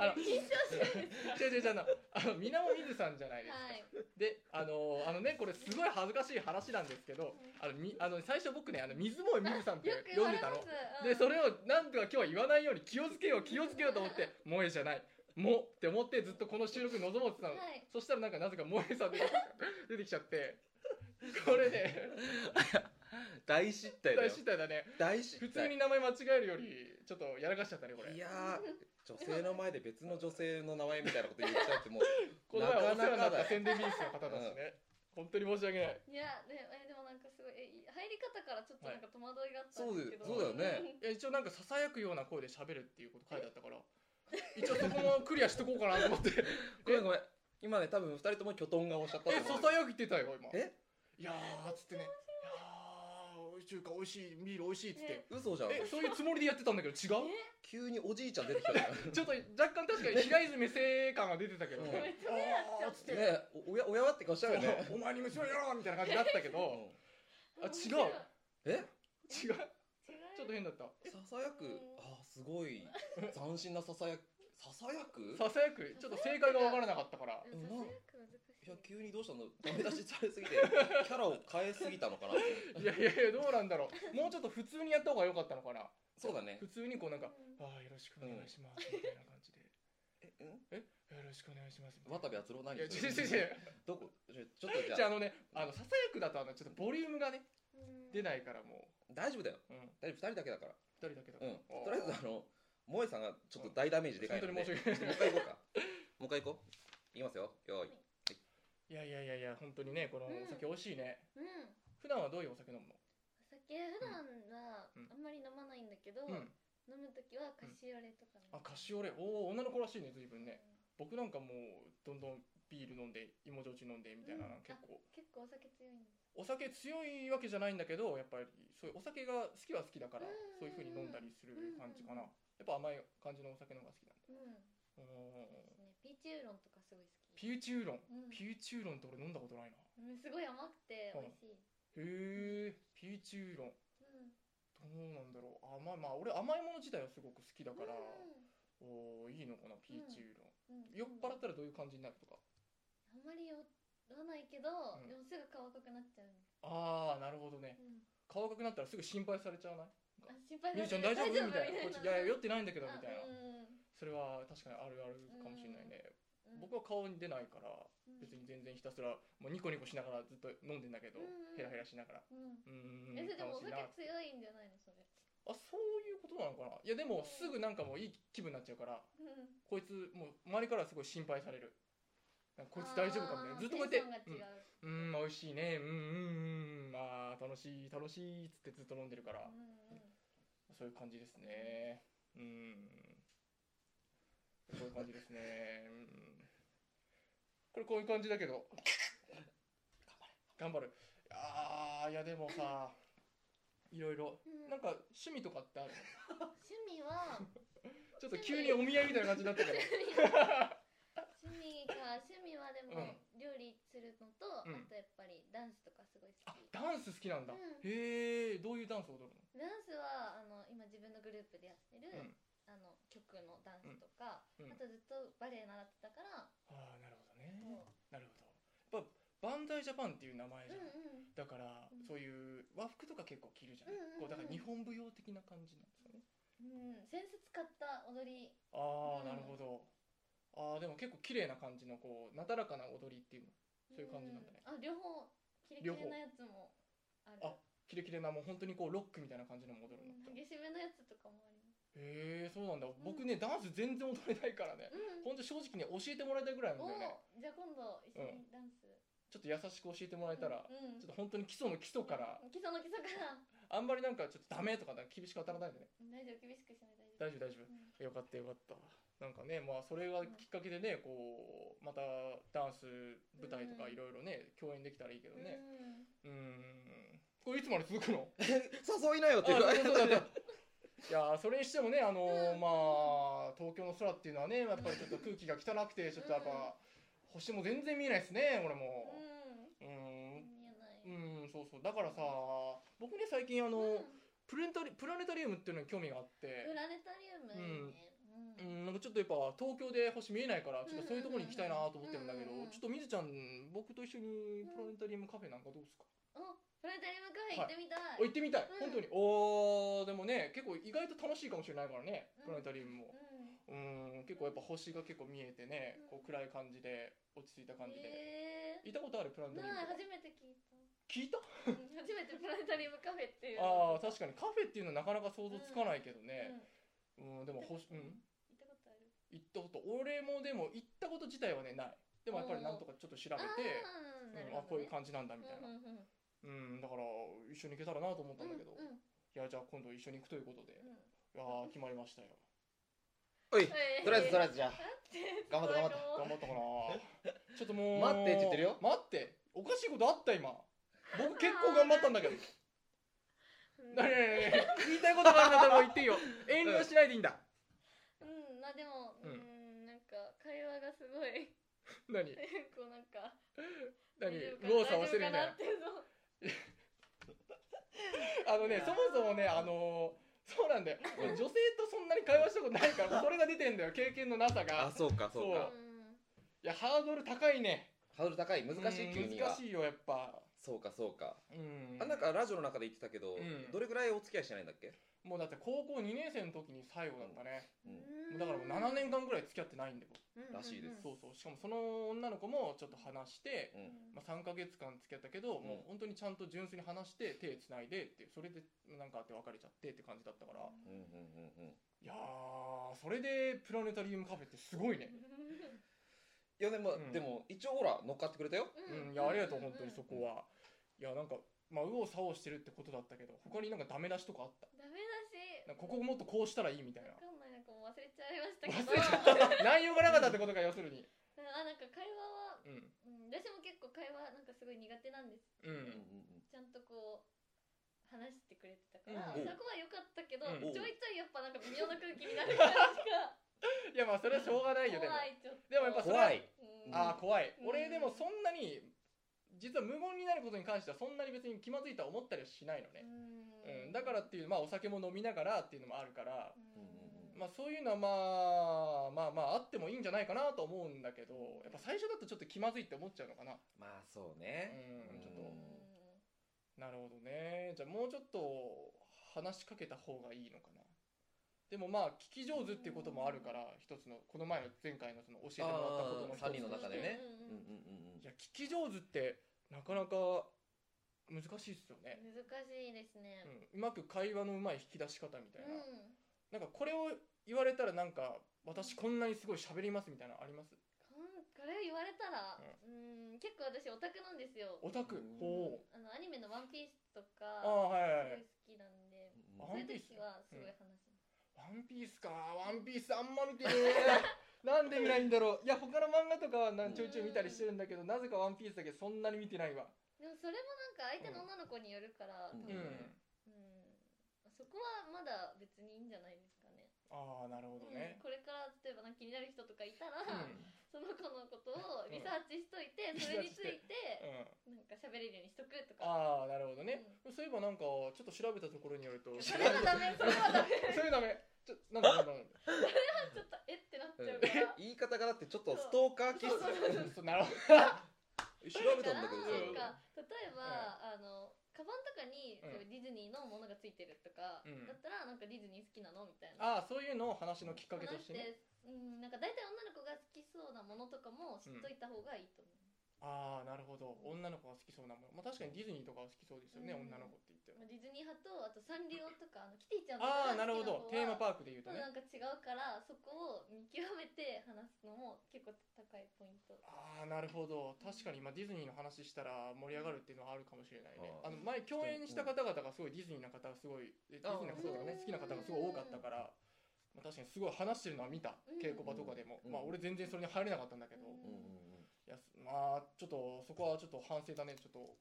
A: あの
C: 緊張しないです
A: 違う違う違うあのあのみなもみずさんじゃないですか、
C: はい
A: であのあのねこれすごい恥ずかしい話なんですけどあのみあの最初僕ねあの水萌えみずさんって
C: よく言
A: 読
C: わ
A: んで
C: れ
A: た
C: ま
A: の
C: す、うん
A: でそれをなんとか今日は言わないように気をつけよう気をつけようと思って「萌えじゃない」「も」って思ってずっとこの収録に臨もうってたの、
C: はい
A: そしたらなんかなぜか萌えさん出てきた <laughs> 出てきちゃ <laughs> ってこれね
B: 大失態だ
A: 大
B: よ
A: 失態だね
B: 大失態
A: 普通に名前間違えるよりちょっとやらかしちゃったねこれ
B: いやー女性の前で別の女性の名前みたいなこと言っちゃうって <laughs> も
A: こ
B: う
A: の
B: な
A: 前お世
B: か
A: 話に
B: な
A: な
B: か
A: っ
B: だ
A: た
B: よ
A: 宣伝美術の方だしね、本当に申し訳ない
C: いやでえでもなんかすごいえ入り方からちょっとなんか戸惑いがあったんですけど、
A: はいそう
B: だよそうだよね
A: いや一応なんかささやくような声で喋るっていうこと書いてあったから <laughs> 一応そこもクリアしとこうかなと思って <laughs>
B: ごめんごめん今ね多分二人ともキョトン顔しちゃったと
A: え
B: 思
A: さ
B: う
A: さやくってたよ今
B: え
A: いやーっつってね「いやー美味しいか美味しいビール美味しい」っつって
C: ね
B: 嘘じゃん
A: えそういうつもりでやってたんだけど違う
B: 急におじいちゃん出てきたから
A: <laughs> ちょっと若干確かに平泉成感が出てたけど、
B: うん
A: ね、
C: めっちゃ目
A: あ
C: 合
A: ー
C: っ
A: っ
C: ち
A: つっ
C: ゃ
A: て
C: っ
B: ね
C: て
B: えおやおやはって顔しちゃうよ
A: <laughs>
B: ね
A: お前に娘やろみたいな感じだったけ
B: う
A: ど
B: ん
A: あ違う
C: 面白い
B: え
A: 違う
C: 違う
A: ちょっと変だった
B: ささやくあーすごい斬新なささやくささやく
A: ささやくちょっと正解が分からなかったから
C: うんささやく難し
B: いや
C: い
B: 急にどうしたのダメ出しされすぎて <laughs> キャラを変えすぎたのかなって
A: いやいやいやどうなんだろうもうちょっと普通にやった方が良かったのかな
B: そうだね
A: 普通にこうなんか
C: う
A: 「
C: ん
A: ああよろしくお願いします」みたいな感じで
B: えうん
A: 「よろしくお願いします」みたいな
B: 渡部篤郎何
A: いや違
B: して
A: う違
B: る
A: う違う
B: どこちょちょっと
A: じ
B: じ
A: ゃあ
B: ゃあ
A: あのねあのささやくだとあのちょっとボリュームがね
C: うん
A: 出ないからも
B: 大丈夫だよ
A: う、うん、
B: 大丈夫二人だけだから
A: 2人だけだか
B: う
A: ら、
B: んとりあえずあの萌えさんがちょっと大ダメージでかいので
A: 本当に申し訳
B: もう一回行こうかもう一回行こういきますよよーい
A: いやいやいやいや本当にねこのお酒美味しいね、
C: うん
A: 普段はどういうお酒飲むの
C: お酒普段は
A: うん
C: あんまり飲まないんだけど、
A: うん
C: 飲む時はカシオレとかね、
A: あカシオレおお女の子らしいね随分ね
C: うん
A: 僕なんかもうどんどんビール飲んで芋焼酎飲んでみたいな、
C: うん
A: 結構
C: 結構お酒強いんです
A: お酒強いわけじゃないんだけどやっぱりそういうお酒が好きは好きだから、
C: うん
A: そういう風に飲んだりする感じかな、
C: うん
A: やっぱ甘い感じのお酒の方が好きなんだ
C: うん
A: う
C: そ
A: ん
C: うですねピーチウーロンとかすごい好き
A: ピューチューロン、
C: うん
A: ピューチューロンって俺飲んだことないな
C: うんすごい甘くて美味しい、
A: へえピューチューロン
C: うん
A: どうなんだろう甘いまあ俺甘いもの自体はすごく好きだから、おーいいのかなピューチューロン、
C: うんうん
A: 酔っ払ったらどういう感じになるとか、
C: あんまり酔わないけど、
A: うん
C: でもすぐ顔赤くなっちゃうんです、
A: ああなるほどね
C: うん
A: 顔赤くなったらすぐ心配されちゃわない
C: あ心配
A: みゆ
C: だ
A: ちゃん大丈夫みたいなこっちいやいや酔
C: っ
A: ってないんだけどみたいな、
C: うん
A: それは確かにあるあるかもしれないね、
C: うん、
A: 僕は顔に出ないから
C: うん
A: 別に全然ひたすらもうニコニコしながらずっと飲んでんだけど、
C: うん
A: ヘラヘラしながら
C: うん
A: うーん
C: えそれでもお
A: 楽しい
C: 酒
A: なあ
C: 強いんじゃないのそれ、
A: そういうことなのかないやでもすぐなんかもういい気分になっちゃうから
C: うん
A: こいつもう周りからすごい心配されるなんかこいつ大丈夫かみたいなずっとこうやって
C: テンションが違う
A: 「うんうん美味しいねうんうんうんまあ楽しい楽しい」っつってずっと飲んでるから、
C: うんうん
A: そういう感じですねうんそういう感じですねうんこれこういう感じだけど頑張るあーいやでもさいろいろ
C: うん
A: なんか趣味とかってある
C: 趣味は
A: ちょっと急にお見合いみたいな感じになったけど
C: 趣味か趣味はでも料理するのと、
A: うん
C: あとやっぱりダンスとかすごい好
A: あ
C: き、
A: ダンス好きなんだ、
C: うん
A: へえどういうダンス踊るの
C: ダンスはあの今自分のグループでやってる、
A: うん
C: あの曲のダンスとか、
A: うんうん
C: あとずっとバレエ習ってたから、
A: ああなるほどね
C: もう
A: なるほどやっぱバンダイジャパンっていう名前じゃん、
C: うんうん
A: だから、
C: うん
A: そういう和服とか結構着るじゃない、
C: うんうんう
A: こう
C: ん
A: だから日本舞踊的な感じなんですよね
C: うんセンス使った踊り
A: ああ、
C: うん
A: なるほどああでも結構綺麗な感じのこうなだらかな踊りっていうのそういう感じなんだね、
C: うんあ両方キレキ
A: 両方
C: レなやつもあ
A: あ
C: る
A: キレキレなもう本当にこうロックみたいな感じのも踊るの、
C: うん激しめのやつとかもあります
A: へえそうなんだ、僕ねダンス全然踊れないからね、
C: うん
A: ほんと正直ね教えてもらいたいぐらいなんだよね
C: おじゃあ今度一緒にダンス、
A: ちょっと優しく教えてもらえたら、
C: うんうん
A: ちょっと本当に基礎の基礎から
C: 基礎の基礎から
A: あんまりなんかちょっとダメとかなんか厳しく当たらないでね
C: 大丈夫厳しくしない大
A: 大
C: 丈夫
A: 丈夫大丈夫よかったよかったなんかねまあそれがきっかけでねこうまたダンス舞台とか
C: うん
A: いろいろね共演できたらいいけど
C: うん
A: ね
C: うん
A: うんこれいつまで続くの <laughs>
B: 誘いなよって
A: あ
B: 言われ
A: そうだそう
B: た
A: だいやーそれにしてもねあのー
C: うん
A: まあ東京の空っていうのはねやっぱりちょっと空気が汚くてちょっとやっぱ星も全然見えないですね俺も
C: うん
A: そうそうだからさ僕ね最近あの、プラネタリプラネタリウムっていうのに興味があって、
C: プラネタリウムいいね
A: うん、
C: うん
A: なんかちょっとやっぱ東京で星見えないからちょっとそういうところに行きたいなと思ってるんだけど、
C: うんうんうんうん
A: ちょっとみずちゃん僕と一緒にプラネタリウムカフェなんかどうですか、
C: おプラネタリウムカフェ行ってみた
A: あ
C: い、
A: 行ってみたい、本当におー
C: うん
A: でもね結構意外と楽しいかもしれないからねプ
C: うん
A: ラネタリウムも
C: う
A: うん
C: ん
A: 結構やっぱ星が結構見えてねこう暗い感じで落ち着いた感じで、
C: へえ
A: 行ったことあるプラネタリウム
C: ない初めて聞い
A: <laughs>
C: た
A: 聞いた
C: うん初めてプラネタリウムカフェっていう
A: ああ
C: あ、
A: 確かにカフェっていうのはなかなか想像つかないけどね、
C: う
A: う
C: ん
A: ん、でも星うん
C: 行ったことある
A: 行ったこと俺もでも行ったこと自体はねないでもやっぱりなんとかちょっと調べて、
C: あーなる
A: うん、あこ
C: ほど
A: うい
C: ね
A: う感じなんだみたいな、
C: うんうんうん
A: うんだから一緒に行けたらなと思ったんだけど、
C: うんうん
A: いやじゃあ今度一緒に行くということで、い
C: うん
A: やー決まりましたよ
B: <laughs> おい
C: えー
B: とりあえずとりあえずじゃあ頑張って頑張って
A: 頑張ったかな
C: <laughs>
A: ちょっともう
B: 待ってって言ってるよ
A: 待っておかしいことあった今僕結構頑張ったん
C: <laughs>
A: だけど
C: うん <laughs>
A: なになになに言いたいことがあるならもう言っていいよ遠慮しないでいいんだ
C: うんまあでも
A: う
C: う
A: ん
C: んなんか会話がすごい
A: 何
C: こうなんか
A: 何
C: 大丈夫か
A: 右往左往してるんだよ
C: 大丈夫かなっていうのを
A: あのね、そもそもね、あのーそうなんだよ。俺女性とそんなに会話したことない
C: <laughs>
A: から、それが出てんだよ、経験のなさ
B: あ
A: が。
B: そうかそうか
A: そいや、ハードル高いね。
B: ハードル高い難しい急
A: うん
B: に
A: 難
B: は
A: しいよ、やっぱ。
B: そうかそうか
A: うん。
B: あなんかラジオの中で言ってたけど
A: うん
B: どれぐらいお付き合いしてないんだっけ
A: もうだって高校2年生の時に最後だったね。
B: うん
C: うん
A: だからもう7年間ぐらい付き合ってないんだよ。
C: うん
B: らしいです
A: そうそう。しかもその女の子もちょっと話して、
B: うん
A: まあ、3ヶ月間付き合ったけど、もう本当にちゃんと純粋に話して、手つないでって、それでなんかあって別れちゃってって感じだったから。
B: うんうんうんうん
A: いやー、それでプラネタリウムカフェってすごいね。
B: いやでも、
A: うん
B: でも一応ほら乗っかってくれたよ
A: うん、いやありがとう本当にそ
C: こ
A: こは、いやなんかまあ右往左往してるってことだったけど他になんかダメ出しとかあった
C: ダメだ
A: なん
C: し
A: かここもっとこうしたらいいみたい
C: わ
A: な
C: かんないなんかもう忘れちゃいました
A: 忘
C: けど
A: れちゃった <laughs> 内容がなかったってことか要するに
C: あなんか会話は、
A: うん
C: うん、私も結構会話なんかすごい苦手なんです
A: うん
B: うんうん
C: ちゃんとこう話してくれてたから、
A: うん
C: そこは良かったけど、
A: うん
C: ちょいちょいやっぱなんか微妙な空気になる感じが
A: いやまあそれはしょうがないよでも
C: 怖いちょっと
A: でもやっぱ
B: うん
A: それ
B: 怖い
C: うん、
A: ああ怖い
C: うん
A: 俺でもそんなに実は無言になることに関してはそんなに別に気まずいとは思ったりはしないのね、
C: う
A: うん、だからっていうまあお酒も飲みながらっていうのもあるから
C: うん
B: うん
A: まあそういうのはまあまあまああってもいいんじゃないかなと思うんだけどやっぱ最初だとちょっと気まずいって思っちゃうのかな
B: まあそうね
A: うんちょっと
C: うん
A: なるほどねじゃあもうちょっと話しかけた方がいいのかなでもまあ聞き上手っていうこともあるから一つのこの前の前回のその教えてもらったことの一つ
B: あー三人の中でね
C: う
B: うんんう
C: う
B: ん
C: んうん
B: うん
A: いや聞き上手ってなかなか難しいっすよね、
C: 難しいですね、
A: うん、うまく会話のうまい引き出し方みた
C: う
A: い
C: ん
A: な、なんかこれを言われたらなんか私こんなにすごい喋りますみたいなのあります
C: こんこれ言われたら、うん、結構私オタクなんですよ
A: オタク
B: うん
A: ほう
C: あのアニメの「ワンピースと
A: あ
C: か
A: あはいはいはい
C: すごい好きなんで、
B: うん
A: あ
C: そ
A: ワン
C: ういう
A: ピース
C: 時はすごい話します、
A: ワンピースかワンピースあんま見てね <laughs> えなんで見ないんだろういや他の漫画とかはな
B: うん
A: ちょいちょい見たりしてるんだけどなぜかワンピースだけそんなに見てないわ
C: でもそれもなんか相手の女の子によるから、
B: うん
A: うん
C: 多分うんそこはまだ別にいいんじゃないですかね
A: ああなるほどね
C: うん、これから例えばなんか気になる人とかいたら、
A: うん
C: その子のことをリサーチしといて、
A: うん
C: それについ
A: うん
C: てなんか喋れるようにしとくとか、
A: ああなるほどね
C: う
A: そういえばなんかちょっと調べたところによると
C: んそれはダメそれはダメ
A: それダメちょなんだなんだなんだ
C: ちょっとえってなっち
B: うん
C: ゃうから、
B: 言い方がだってちょっとストーカー気質
C: そうそうそう
A: そうなるほ
B: 調べたんだけど
A: そう
C: なん
B: さ
C: か例えば、あのカバンとかに、
A: うん
C: 例えばディズニーのものがついてるとか、
A: うん
C: だったらなんかディズニー好きなのみたい
A: ど
C: な。
A: ああそういうのを話のきっかけとしてね
C: 話してうん、なんか大体女の子が好きそうなものとかも知っといた方がいいと思
A: ああなるほど女の子が好きそうなもの、まあ、確かにディズニーとかは好きそうですよね、
C: うん
A: 女の子って言って
C: う、まあディズニー派とあとサンリオとかあのキティちゃんと
A: あ
C: か
A: あなるほどテーマ
C: ーク
A: パークで言うと
C: と
A: ね
C: なんか違うからそこを見極めて話すのも結構高いポイント
A: ああなるほど確かに今ディズニーの話したら盛り上がるっていうのはあるかもしれないね
B: あー
A: あの前共演した方々がすごいディズニーな方すごいえディズニーの方がね
C: あー
A: 好きな方がすごい多かったから、まあ、確かにすごい話してるのは見た
C: うん
A: 稽古場とかでも、
B: うん
A: まあ俺全然それに入れなかったんだけど、
C: うん
B: うんうんうん
A: いやすまあちょっとそこはちょっと反省だねちょっと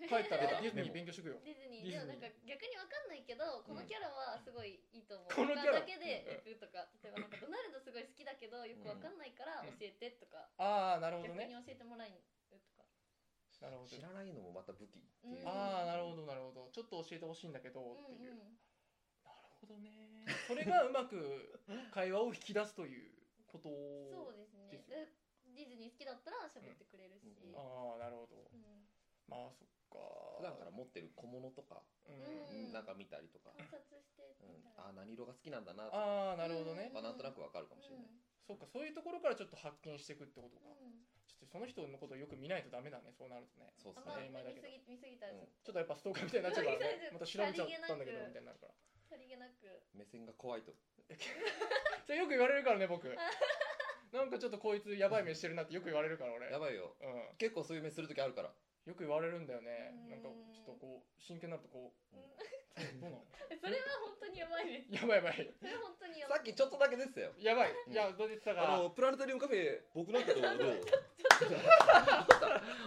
A: 帰ったらディズニー勉強しとくよ
C: ディズニ <laughs> ーでもなんか逆にわかんないけどこのキャラはすごいいいと
A: こ
C: 思う、
A: のキャラ
C: だけで行くとか例えばなんかドナルドすごい好きだけどよくわかんないから
A: うん
C: 教えてとか、
A: ああなるほど
C: 逆
A: ね
C: に教えてもらえるとか
A: なるほど
B: 知らないのもまた武器っていうう。
C: ん
A: ああなるほ
B: ど。
A: どなるほどちょっと教えてほしいんだけどっていう、
C: うんうん
A: なるほどね <laughs> それがうまく会話を引き出すということ
C: そうですね
A: です
C: でディズニー好きだったら喋ってくれるし、
B: うん
C: う
A: ああなるほど
C: ん
A: まあそっか
B: 普段から持ってる小物とか、
A: うん
C: うん
B: なんか見たりとか、
C: 観察して
B: う
C: み
B: ん
C: た
B: あー
C: ら
B: 何色が好きなんだなとか、
A: ああなるほどね、
B: まあなんとなくわかるかもしれない。
A: そっかそういうところからちょっと発見していくってこと
C: う
A: か、
C: んうん
A: ちょっとその人のことをよく見ないとダメだねそうなるとね
B: そうです
C: あまあ
B: ね。
A: ね前だ
C: 見
A: け
C: す
A: ど
C: ぎ見すぎたらちょっ
A: ちょっとやっぱストーカーみたいになっちゃうからねまた調べちゃったんだけどみたいになるから
C: とさりげなく
B: 目線が怖いと。
A: それよく言われるからね僕 <laughs> なんかちょっとこいつやばい目してるなってよく言われるから俺
B: やばいよ。
A: うん
B: 結構そういう目するときあるから。
A: よく言われるんだよね
C: うん
A: なんかちょっとこう真剣になるとこう
B: うん
A: どうなの <laughs>
C: <laughs> それは本当にやばいね
A: やばいやばい
C: それは本当にやば
B: さっ
C: い
B: きちょっとだけ出てたよ。
A: やばい
B: うん
A: いやどうでした
B: あ
A: か
B: のプラネタリウムカフェ僕なんか <laughs> どうどう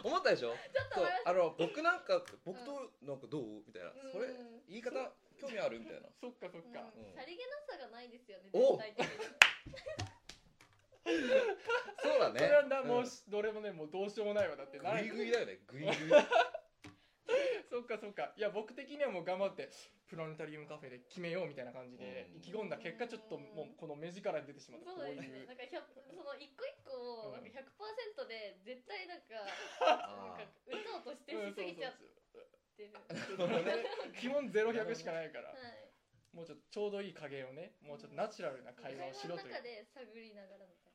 B: 思ったでしょ
C: と
B: そう
C: 思い
B: あの僕なんか僕となんかどうみたいな
C: うん
B: それ言い方興味あるみたいな
A: そっかそっか
C: うん
B: うん
C: さりげなさがないですよね
B: お
C: 絶対的に
B: そうだ
A: そ
B: ね
A: れはなもう
B: う
A: んどれもねもうどうしようもないわだってな
B: グ
A: い
B: イグイだよねグイグイ
A: そっかそっかいや僕的にはもう頑張ってプラネタリウムカフェで決めようみたいな感じで
B: う
A: 意
B: ん
A: 気込んだ結果ちょっともうこの目力に出てしまった
C: そ
A: こ
C: う
A: う
C: で
A: い
C: すね
A: う
C: なんか100その一個一個
A: う
C: をなんんか100%で絶対なん
A: <laughs>
B: あ
C: かなんか打とうとして
A: うん
C: しす
A: そう
C: ぎちゃっ
A: そう
C: てる
A: そうそうだからね基本ゼロ100しかないから
C: はい
A: もうちょっとちょうどいい加減をねもうちょっとナチュラルな会話をしろと
C: 会
A: いう
C: 話の中で探りながらみたい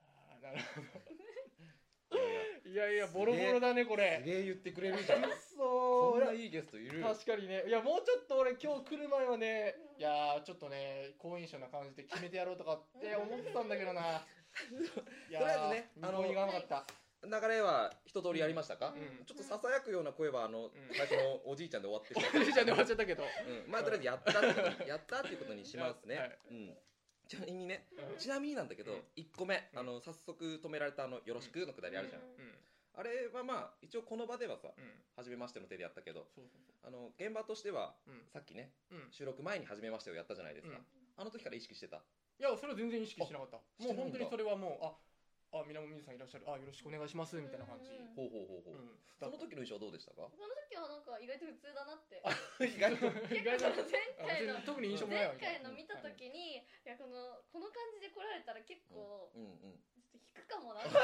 A: あーなる
B: ー
A: ほどい
B: いやい
A: やいやボロボロだねこれ
B: やすげえ言ってくれるじゃん
A: そ
B: こ
A: うん
B: ないいゲストいる
A: 確かにねいやもうちょっと俺今日来る前はね
C: うん
A: いやーちょっとね好印象な感じで決めてやろうとかって思ってたんだけどないやー
B: とりあえずね
A: 見込みが甘かった
B: 流れは一通りやりましたか
C: う
A: うん
B: ちょっとささやくような声はあの
A: ん
B: 最初のおじいちゃんで終わって
A: <laughs>
B: しまっ
A: じいちゃんで終わっちゃったけど
B: たうんまあとりあえずやったってことやったっていうことにします
A: は
B: ね
A: い
B: うんちなみにね
A: うん
B: ちなみになんだけど、
A: うん
B: 1個目、
A: うん
B: あの早速止められたあの「よろしく」のくだりあるじゃん、
C: うん
A: うん
B: あれはまあ一応この場ではさ
A: うん
B: 初めましての手でやったけど
A: そうそうそ
B: あの現場としては、
A: うん
B: さっきね
A: ううん
B: 収録前に「初めまして」をやったじゃないですか、
A: うん
B: あの時から意識してた
A: いやそれは全然意識してなかった
B: あ
A: もう本当
B: して
A: に
B: ないんだ
A: それはもうああみなもみずさんいらっしゃるあよろしくお願いしますみたいな感じ
C: うん
B: ほうほうほうほう、
A: うん
B: その時の衣装どうでしたか
C: なこの時はなんか意外と普通だなって
B: 意外と
A: 意外と
C: 前
A: あ
C: 回
A: 別
C: の
A: に特に印象もない
C: 前
A: わけ
C: 回の見た時にいやこのこの感じで来られたら結構ち
B: う
C: ょ
B: んうん
C: っと引くかもなって思っ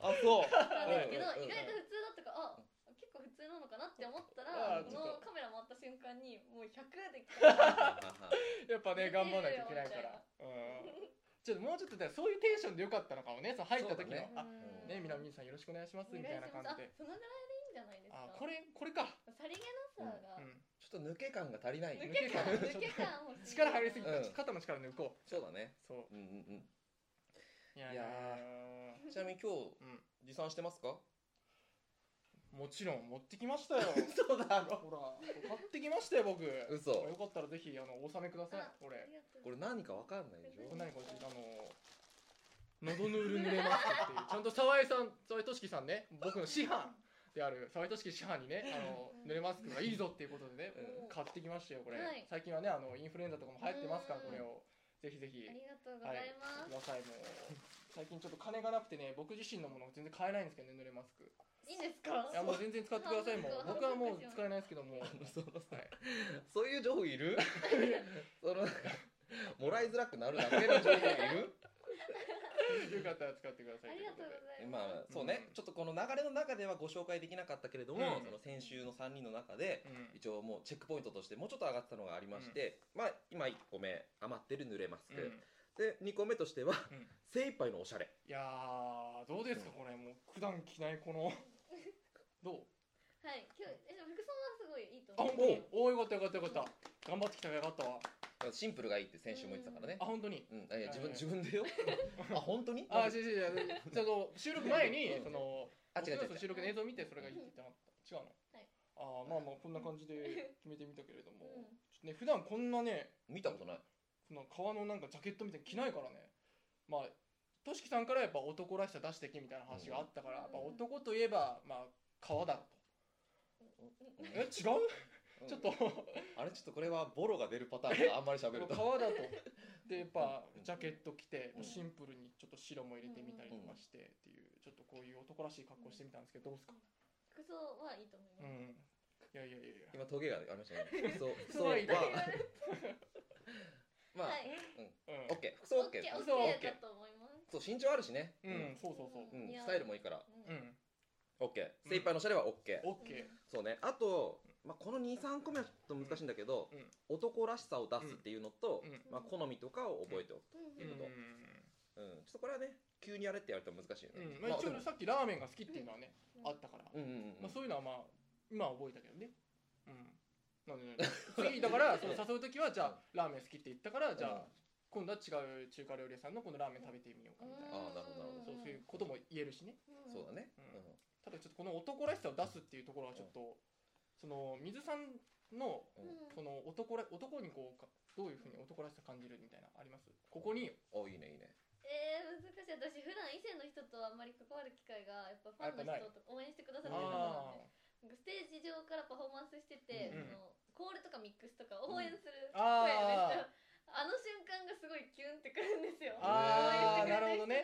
B: あ <laughs> そう
C: たんですけど
B: うんうんうん
C: 意外と普通だったからあ結構普通なのかなって思った
B: あ
C: ら
B: ー
C: こ
B: ちょっ
C: の
B: と
C: カメラ回った瞬間にもう100
A: <laughs>
C: で来
B: は
C: た
B: は
A: やっぱね頑張らないといけないからうんちょっともうちょっとねそういうテンションでよかったのかもねその入った時の、
B: そう
A: あ
C: うん
A: ねみなみずさんよろしくお願いしますみたいな感じで
C: お願いしますあそのぐらいでいいんじゃないです
A: あ
C: か
A: これこれか、
C: さりげなさが
A: うん
B: ちょっと抜け感が足りない
A: 抜
C: 抜
A: け
C: け
A: 感
C: 感抜け感欲しい
A: 力入りすぎた、
B: うん
A: 肩の力抜こう
B: そうだね
A: そ
B: うんうんうん
A: ういや
B: いや
A: ー
B: ちなみに今日
A: うん
B: 持参してますか
A: もちろん持ってきましたよ
B: そうだ
A: ほら買ってきましたよ僕よ
B: 嘘
A: かったらぜひあのお納めください
C: あ
A: こ
C: あ
A: れ
C: りがとう
B: これ何かわかんないでしょ
A: これ何これあの喉の潤濡れますって
C: <laughs>
A: いうちゃんと沢井さん沢井俊樹さんね僕の師範である沢井俊樹師範にねあの濡れマスクがいいぞっていうことでね
B: うん
A: 買ってきましたよこれ、
C: はい
A: 最近はねあのインフルエンザとかも流行ってますから
C: うん
A: これをぜひぜひ
C: ありがとうご
A: は
C: ざ
A: い
C: います、
A: くださいもう最近ちょっと金がなくてね僕自身のものを全然買えないんですけどね濡れマスクい
C: いいんですか
A: やもう全然使ってくださいもう
C: 半
A: 僕
C: 分
A: は
C: か
A: もう使えないですけども
C: <laughs>
B: あのそのさ
A: はい
B: そういう情報いるそのなんかもらいづらくなるだけの情報いる
A: よかったら使ってください
C: ありがとうござい
B: ま
C: ます。
B: あそうね、
A: うん
B: ちょっとこの流れの中ではご紹介できなかったけれども、
A: うん
B: その先週の3人の中で
A: うん
B: 一応もうチェックポイントとしてもうちょっと上がってたのがありまして、まあ今1個目余ってる濡れマスク、
A: うん
B: で2個目としては、
A: ん
B: 精一杯のおしゃれ
A: いやーどうですかこれもう普段着ないこのどう
C: はい、今日えでも服装はすごいいいと
A: あ
C: 思
A: 本
C: う。
A: 当におおよかったよかったよかった頑張ってきたからよかったわ
B: シンプルがいいって先週も言ってたからね
A: あ、本当に
B: うんあいや自分
A: はい
B: 自分でよあ本当に
A: あ違う違う違うその収録前に
B: うん
A: その
B: あ違
A: 僕
B: う違う違う
A: らの収録の映像を見てそれがいいって言ってなかった違うの
C: はい
A: あーまあまあこんな感じ <laughs> で決めてみたけれども、
C: うん
A: ちょっとね普段こんなね
B: 見たことない
A: この革のなんかジャケットみたいに着ないからねまあとしきさんからやっぱ男らしさ出してきみたいな話があったから、
C: うん
A: やっぱ男といえばまあ革だろうと、え違う
B: うん
A: ちょっと
B: あれちょっとこれはボロが出るパターンがあんまり喋る <laughs> と
A: 革だとでやっぱジャケット着て
B: うん
A: シンプルにちょっと白も入れてみたりとかしてっていうちょっとこういう男らしい格好してみたんですけどどうですか
C: 服装はいいと思いう <laughs> ます。
A: んいやいやいやいや
B: 今トゲがありましたね服 <laughs> 装服装
A: そうはいいと思う
B: はまあ
C: はい。
A: うん
B: オッケー服装オッケー
C: オッ
A: そう
C: ケーだと思います。
B: そう身長あるしね
A: うん、そうそうそう
B: うん
C: 似合う
B: スタイルもいいか
A: う
B: ら
C: うん
A: ん
B: オッケー精一杯のおしゃれはオッケー
A: オッケ
B: そうねあとまあこの23個目はちょっと難しいんだけど
A: うん
B: 男らしさを出すっていうのと
A: ーうん
B: まあ好みとかを覚えておく
A: う
B: い
A: ん
B: いことうんちょっとこれはね急にやれってやると難しいよね
A: うんまあ、一
B: で
A: 応
B: も
A: さっきラーメンが好きっていうのはね、
C: うん
A: あったから、
B: うんうんうん
A: まあ、そういうのはまあ今は覚えたけどねうんなんでなんで次だ <laughs> からその誘う時はじゃあラーメン好きって言ったからじゃあ今度は違う中華料理屋さんのこのラーメン食べてみようかみたいな、
B: あーなるほどなるほ
A: そうそういうことも言えるしね
B: うんそうだね
A: うんただちょっとこの男らしさを出すっていうところはちょっと、その水さんの
B: うんうん
A: その男ら男にこうかどういうふうに男らしさ感じるみたいなのありますここに
B: おいいねいいね
C: えー、難しい私普段異性の人とあんまり関わる機会がやっぱファンの人と応援してくださってる
A: あ
C: 方なんでなんかステージ上からパフォーマンスしてて、
A: うん
C: そのコールとかミックスとか応援する
A: あ
C: 声
A: あ
C: め
A: ー
C: っちゃあの瞬間がすごいキュンってくるんですよ
A: あ
B: ーな
A: るほどね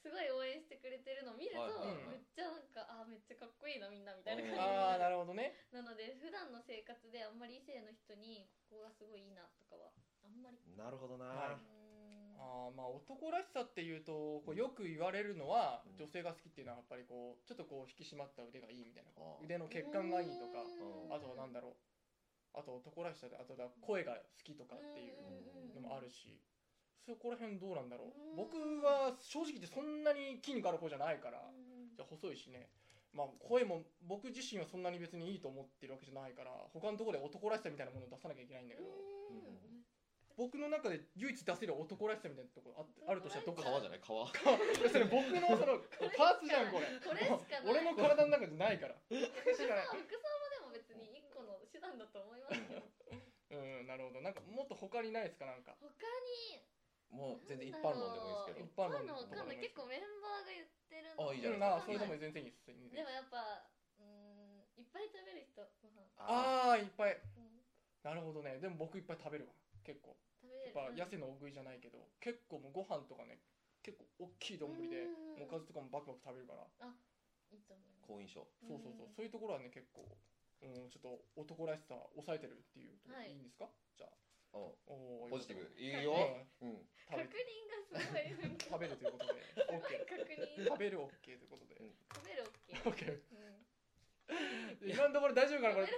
C: すごい応援してくれてるのを見ると、
B: はい
A: はいはい
C: めっちゃなんかあーめっちゃかっこいいなみんなみたいな
A: あー
C: 感じ
A: なるほどね
C: なので普段の生活であんまり異性の人にここがすごいいいなとかはあんまりう
B: なるほどな
A: は
C: ーん
A: あーまあ男らしさっていうとこうよく言われるのは
B: うん
A: 女性が好きっていうのはやっぱりこうちょっとこう引き締まった腕がいいみたいな
B: あー
A: 腕の血管がいいとか
B: うん
A: あとはなんだろうあと男らしさであとだ声が好きとかっていうのもあるしそこら辺どうなんだろ
C: う
A: うん僕は正直言ってそんなに筋肉ある方じゃないからじゃあ細いしねまあ声も僕自身はそんなに別にいいと思ってるわけじゃないから他のところで男らしさみたいなものを出さなきゃいけないんだけど僕の中で唯一出せる男らしさみたいなところああるとしたらどっか
B: 川じゃない川
A: いやそれ僕のそのパーツじゃんこれ <laughs>
C: これしかない
A: 俺の体の中じゃないから
C: 服装もでも別に一個の手段だと思いますよ
A: うんなるほどなんかもっと他にないですかなんか
C: 他に
B: もう全然一般論でもいいです
A: 一
B: けど
A: 般
C: 他
A: 論
C: の
A: とか
C: 他の
A: でもいい
C: 結構メンバーが言ってる
B: あいいじゃ
A: うん
B: ない
A: あそれでも全然いいです全然いい
C: でもやっぱうんいっぱい食べる人ご飯、
A: ああいっぱい
C: うん
A: なるほどねでも僕いっぱい食べるわ結構
C: 食べ
A: や
C: れ
A: っ
C: る
A: ぱ痩せの大食いじゃないけど結構もうご飯とかね結構大きい丼で
C: うん
A: おかずとかもバクバク食べるから
C: いいと思います
B: 好印象
A: そうそうそう
C: うん
A: そういうところはね結構うんちょっと男らしさ抑えてるっていうとこ
C: はい
A: いいんですかじゃあ
B: お
A: おー
B: ポジティブいい
A: うん
B: ようん
A: 食べ
C: 確認がすごいなんか
A: 食べるということで OK
C: 確認
A: 食べる OK ということ
C: <laughs>
A: で。
C: 食べる OK う
A: OK。
C: ん
A: 今のところ大丈夫かなこれ。
C: 食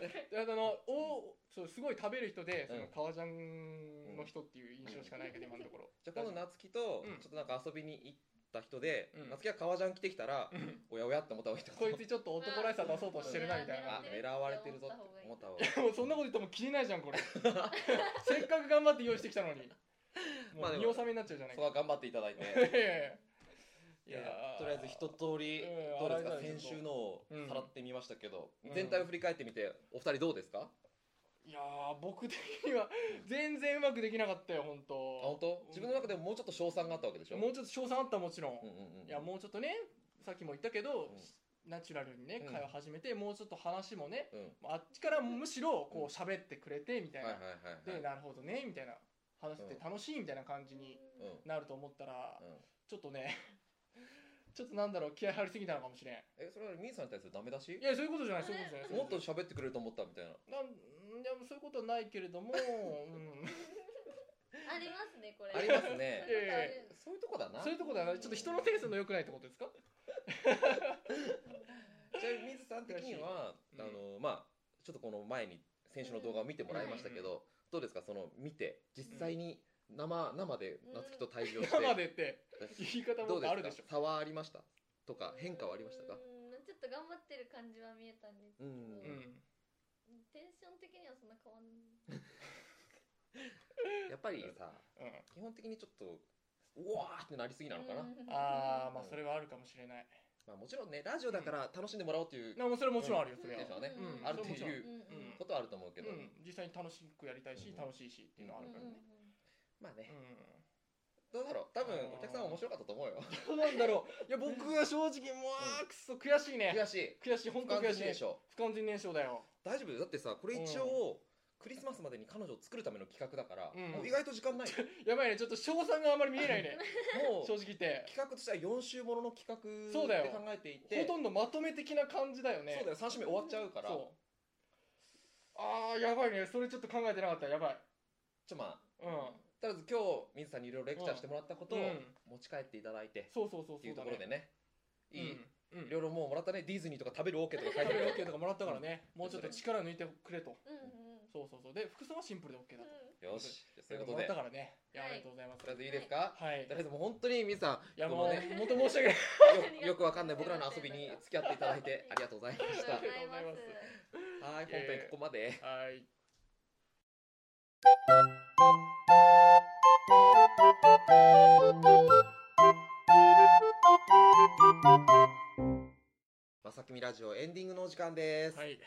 C: べる OK
A: あのおそうすごい食べる人でその
B: うん
A: 革ジャンの人っていう印象しかないけど
C: うん
A: 今のところ。
B: じゃあ今度夏希と
A: うん
B: ちょっとなんか遊びに行った人で
A: うん
B: 夏希が革ジャン着てきたら
A: うん
B: おやおやって思った方がいいと
A: こ
B: 思
A: いつちょっと男らしさ出そうとしてるなみたい
B: あ
A: な。
B: 狙われてるぞって思った方がいい
A: もうそんなこと言っても切れないじゃんこれ。 <laughs> せっかく頑張って用意してきたのに。も
B: まあ
A: う
B: でも
A: 見納めになっちゃうじゃない
B: そこ
A: か。
B: は頑張っていただいて
A: いやいやい
B: い
A: や
B: や
A: いや
B: とりあえず一通り
A: うん
B: どう
A: 洗
B: ですか
A: いざらい
B: 先週のを
A: うん
B: さらってみましたけど
A: うん
B: 全体を振り返ってみてお二人どうですかあ
A: <laughs> いやー僕的には全然うまくできなかったよ本当。
B: 本当自分の中でももうちょっと賞賛があったわけでしょ
A: もうちょっと賞賛あったもちろん。
B: うんうんうん
A: いやもうちょっとねさっきも言ったけど、ナチュラルにね
B: うん
A: 会話始めて、もうちょっと話もね
B: うんうん
A: あっちからむしろ
B: うん
A: こう喋ってくれてみたい
B: はい
A: な、
B: はいはいはい
A: でなるほどねみたいな話して
B: うん
A: 楽しいみたいな感じに
B: うん
A: なると思ったら、
B: うん
A: ちょっとね <laughs> ちょっとなんだろう気合入りすぎたのかもしれんい
B: えそれはミーさんに対するダメ出し
A: やそういうことじゃないそういうことじゃない
B: もっと喋ってくれると思ったみ
A: <laughs>
B: たいな
A: なんいやそういうことはないけれども、うん、
C: ありますねこれ
B: ありますね
C: そういうことある
B: そう
A: そう
B: いうとこ <laughs> だな
A: いうところだなちょっと人のペースの良くないってことですか
B: じゃあ水さん的には、
A: うん
B: あのまあちょっとこの前に先週の動画を見てもらいましたけど、どうですかその見て実際に生、生で夏希と対峙をして、
A: <laughs>
B: <laughs>
A: 生でって言い方
B: ど
A: も
B: うで
A: ある
B: す
A: で
B: か
A: しょ
B: 差はありましたとか変化はありましたか
C: うんちょっと頑張ってる感じは見えたんです
B: うん、
A: う
B: うん
A: ん
C: テンション的にはそんな変わんない
B: やっぱりさ
A: うん
B: 基本的にちょっとうわーってなりすぎなのかな、
C: うん
A: ああまあそれはあるかもしれない
B: まあもちろんねラジオだから楽しんでもらおうという
A: なもうそれはもちろんあるよそれは
B: でしょうね、
C: うん
B: あるって
A: それはもち
B: い
A: ろ
B: うん
A: うん
B: ことはあると思うけど、
A: うん、実際に楽しくやりたいし、
B: うん
A: 楽しいしっていうのはあるからね、
B: まあね、
A: うん
B: どうだろう多分お客さんは面白かったと思うよ
A: どうなんだろ
B: <laughs>
A: ういや僕は正直もうあーくそ悔しいね
B: 悔しい
A: 悔しい本
B: 不
A: 当
B: 完
A: 悔し
B: 全燃
A: い
B: 焼
A: 不完全燃焼だよ
B: 大丈夫だってさこれ一応クリスマスまでに彼女を作るための企画だから、
A: うん
B: もう意外と時間ないよ
A: やばいねちょっと賞賛があまり見えないね
B: もう
A: 正直言って
B: 企画としては4週ものの企画で
A: そう
B: 考
A: だよ
B: えていて
A: ほとんどまとめ的な感じだよね
B: そうだよ3週目終わっちゃうから
A: そうあーやばいねそれちょっと考えてなかったやばい
B: ちょまあ
A: うん
B: とりあえず今日水さんにいろいろレクチャーしてもらったことを
A: うん
B: 持ち帰っていただいて
A: そうそうそう
B: ってい
A: そうう
B: と
A: だ
B: ころで
A: ね
B: ね
A: う
B: いい
A: んうん
B: いろいろもうもらったねディズニーとか食べる OK とか書い
A: 食
B: て
A: べ <laughs> る
B: ある
A: OK とかもらったからねもうちょっと力抜いてくれと
C: うんうんうん
A: そうそうそうで服装はシンプルで OK だと
B: よしじゃあそ
A: そ
B: ういう
A: れが
B: こと
A: もらっ
B: で
A: たからねいや
C: は
A: あ
C: い
A: りがとうございます
B: とりあえずいいですか
A: はい
B: とりあえずもう本当に水さ
A: いや
B: こ
A: も
B: の
A: う
B: ね
A: 本当申し訳
B: <laughs>
A: ない
B: んよよくわかんない僕らの遊びに付き合っていただ
A: <laughs>
B: いてありがとうございました
C: ありがとうございます
B: はい本編ここまで
A: はい
B: まさきみラジオエンディングのお時間です
A: はい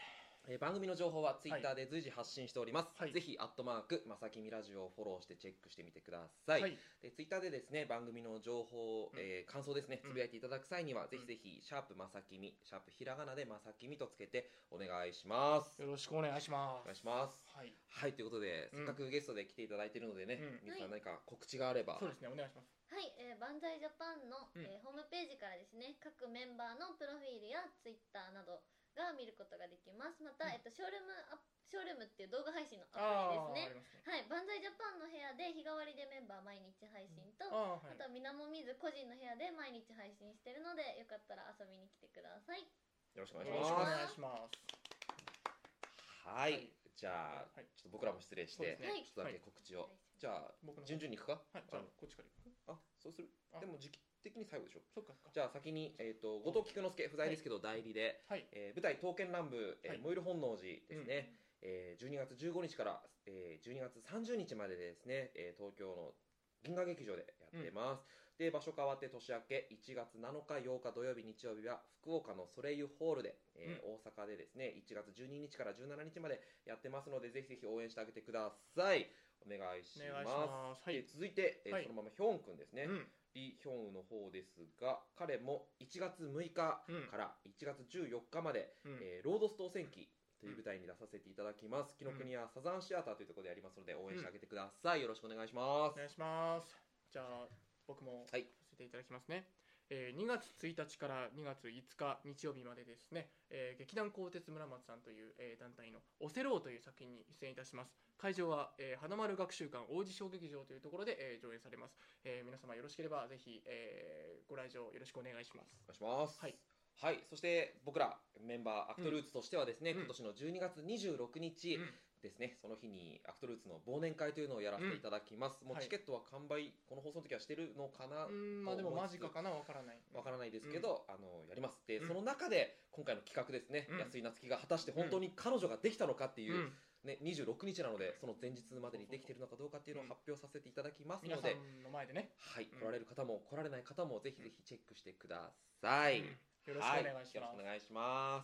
B: えー番組の情報はツイッターで随時発信しております、
A: はい
B: ぜひ「アットマークまさきみラジオ」をフォローしてチェックしてみてください、
A: はい
B: でツイッターでですね番組の情報、
A: うん
B: えー感想ですね
A: うん
B: つぶやいていただく際には、ぜ
A: う
B: ひ
A: ん
B: ぜひ「シャープまさきみ」「シャープひらがな」で「まさきみ」とつけてお願いします
A: よろしくお願いしま
B: お願い
A: す
B: します
A: はい
B: はいということで、
A: うん
B: せっかくゲストで来ていただいてるのでね、
A: うん
B: 皆さん
C: は
B: 何か告知があれば、
A: そうですねお願いします
C: はい、えー、バンザイジャパンの、
A: うん
C: えーホームページからですね各メンバーのプロフィールやツイッターなどが見ることができますま
A: う
C: た、
A: ん
C: えっと、ショールームアップショールームっていう動画配信のア
A: ああ
C: プ
A: ー
C: リ
A: あ
C: です
A: り
C: ね
A: ますね
C: はいバンザイジャパンの部屋で日替わりでメンバー毎日配信と、
A: あ
C: あ
A: ーはい
C: とみなもみず個人の部屋で毎日配信してるのでよかったら遊びに来てください
B: よろしくお
A: よ
B: 願い
A: ろしく
B: し
A: お
B: ま
A: 願い
B: す
A: します
B: は
A: は
B: い、
A: い
B: じゃあ
A: はい
B: ちょっと僕らも失礼し
A: そう
B: て、
A: ですね
C: はい
B: ちょっとだけ告知を、じゃあ
A: 僕の方
B: 順々にいくか、
A: はいじゃあこっちから行く
B: あそうする
A: あ
B: でも時期的に最後でしょ
A: そっかそっか
B: じゃあ先に、えー、と後藤菊之助不在ですけど代理で、
A: はい
B: えー舞台「刀剣乱舞、えー
A: はい
B: 燃える本能寺」ですね、えー12月15日から、えー12月30日までですね、えー東京の銀河劇場でやってます、で場所変わって年明け1月7日8日土曜日日曜日は福岡のソレイユホールで、えー大阪でですね1月12日から17日までやってますのでぜひぜひ応援してあげてくださいお願いし
A: お願いし
B: ます
A: ますは
B: で
A: い
B: 続いて、えー
A: はい
B: そのままヒョン君ですね、
A: うん
B: リ・ヒョンウの方ですが彼も1月6日か
A: うん
B: ら1月14日まで、
A: うん
B: えーロードス当選記という舞台に出させていただきます紀ノ国屋サザンシアターというところでやりますので応援してあげてください、よろしくお願いしま
A: お
B: す
A: 願いしますじゃあ僕もさ
B: はい
A: せていただきますね、えー2月1日から2月5日日曜日までですね、えー劇団鋼鉄村松さんという、えー団体の「オセロー」という作品に出演いたします会場は、えー花丸学習館王子小劇場というところで、えー上演されます、えー皆様よろしければぜひ、えーご来場よろしくお願いします
B: お願いします
A: はい、
B: はいそして僕らメンバーアクトルーツとしてはですね、
A: うん
B: 今年の12月26日、
A: うん
B: ですね、その日にアクトルーツの忘年会というのをやらせていただきます、もう
A: はい
B: チケットは完売、この放送の時はしてるのかな、
A: うーんまあでも間近かなわからない
B: わからないですけど、あのやりますで、
A: うん
B: その中で今回の企画ですね、
A: うん
B: 安井夏樹が果たして本当に彼女ができたのかっていう、
A: うん
B: ね、26日なのでその前日までにできてるのかどうかっていうのを発表させていただきます
A: 皆
B: の
A: さ
B: で、
A: んの前でね、
B: はい、
A: うん
B: 来られる方も来られない方もぜひぜひチェックしてください、
A: うんよろしくお願いします、
B: はい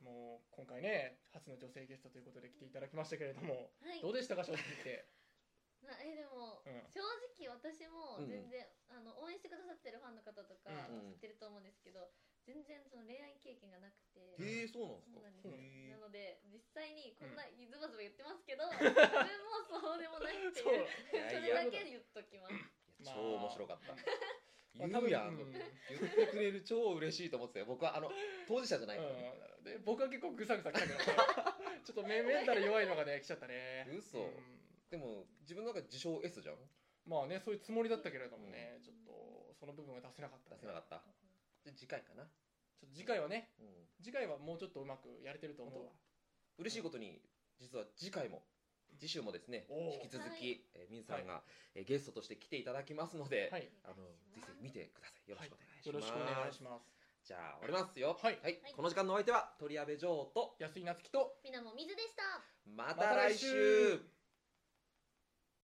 A: はいはい、
B: ろしくお願いします
A: もう今回ね初の女性ゲストということで来ていただきましたけれども
C: はい
A: どうでしたか正直言って、
C: なえで
A: う
C: も、
A: ん
C: 正直私も全然、あの応援してくださってるファンの方とか
B: うんうん
C: 知ってると思うんですけど、全然その恋愛経験がなくて
A: うん
B: へえそうなんで
A: そう
B: すか
C: そうなんです
A: なん
B: へ
C: よな
B: ー
C: ので実際にこんなズバズバ言ってます
B: <laughs>
C: けど、自分もそうでもないっていうそ
B: いやい
C: れ
B: や
C: だけ言っときます
B: いや超面白かった、
A: まあ
B: 言うや
A: 多
B: ん、
A: 分うん
B: 言ってくれる超嬉しいと思ってたよ僕はあの当事者じゃないから、
A: うんで僕は結構ぐさぐさ来たけどちょっとめめんたら弱いのがね来ちゃったね
B: 嘘
A: ん
B: でも自分の中で自称 S じゃん
A: まあねそういうつもりだったけれどもね、ちょっとその部分は出せなかったね、
B: 出せなかったで次回かな、
A: ちょっと次回はね
B: うん、
A: 次回はもうちょっとうまくやれてると思うわ
B: 嬉しいことに実は次回も次週もですね
A: おー
B: 引き続
C: は
B: き、えー、みずさんが、えーゲストとして来ていただきますので、
A: はい
B: あのぜひぜひ見てくださいよろしくお願いし
A: よ
B: ま
A: ろ
B: す,、
A: しくお願いします
B: じゃあ終わりますよ
A: はい
B: はい
C: はい
B: この時間のお相手は鳥矢部城と
A: 安井夏樹と
C: みなも水でした
B: また来週
A: また来週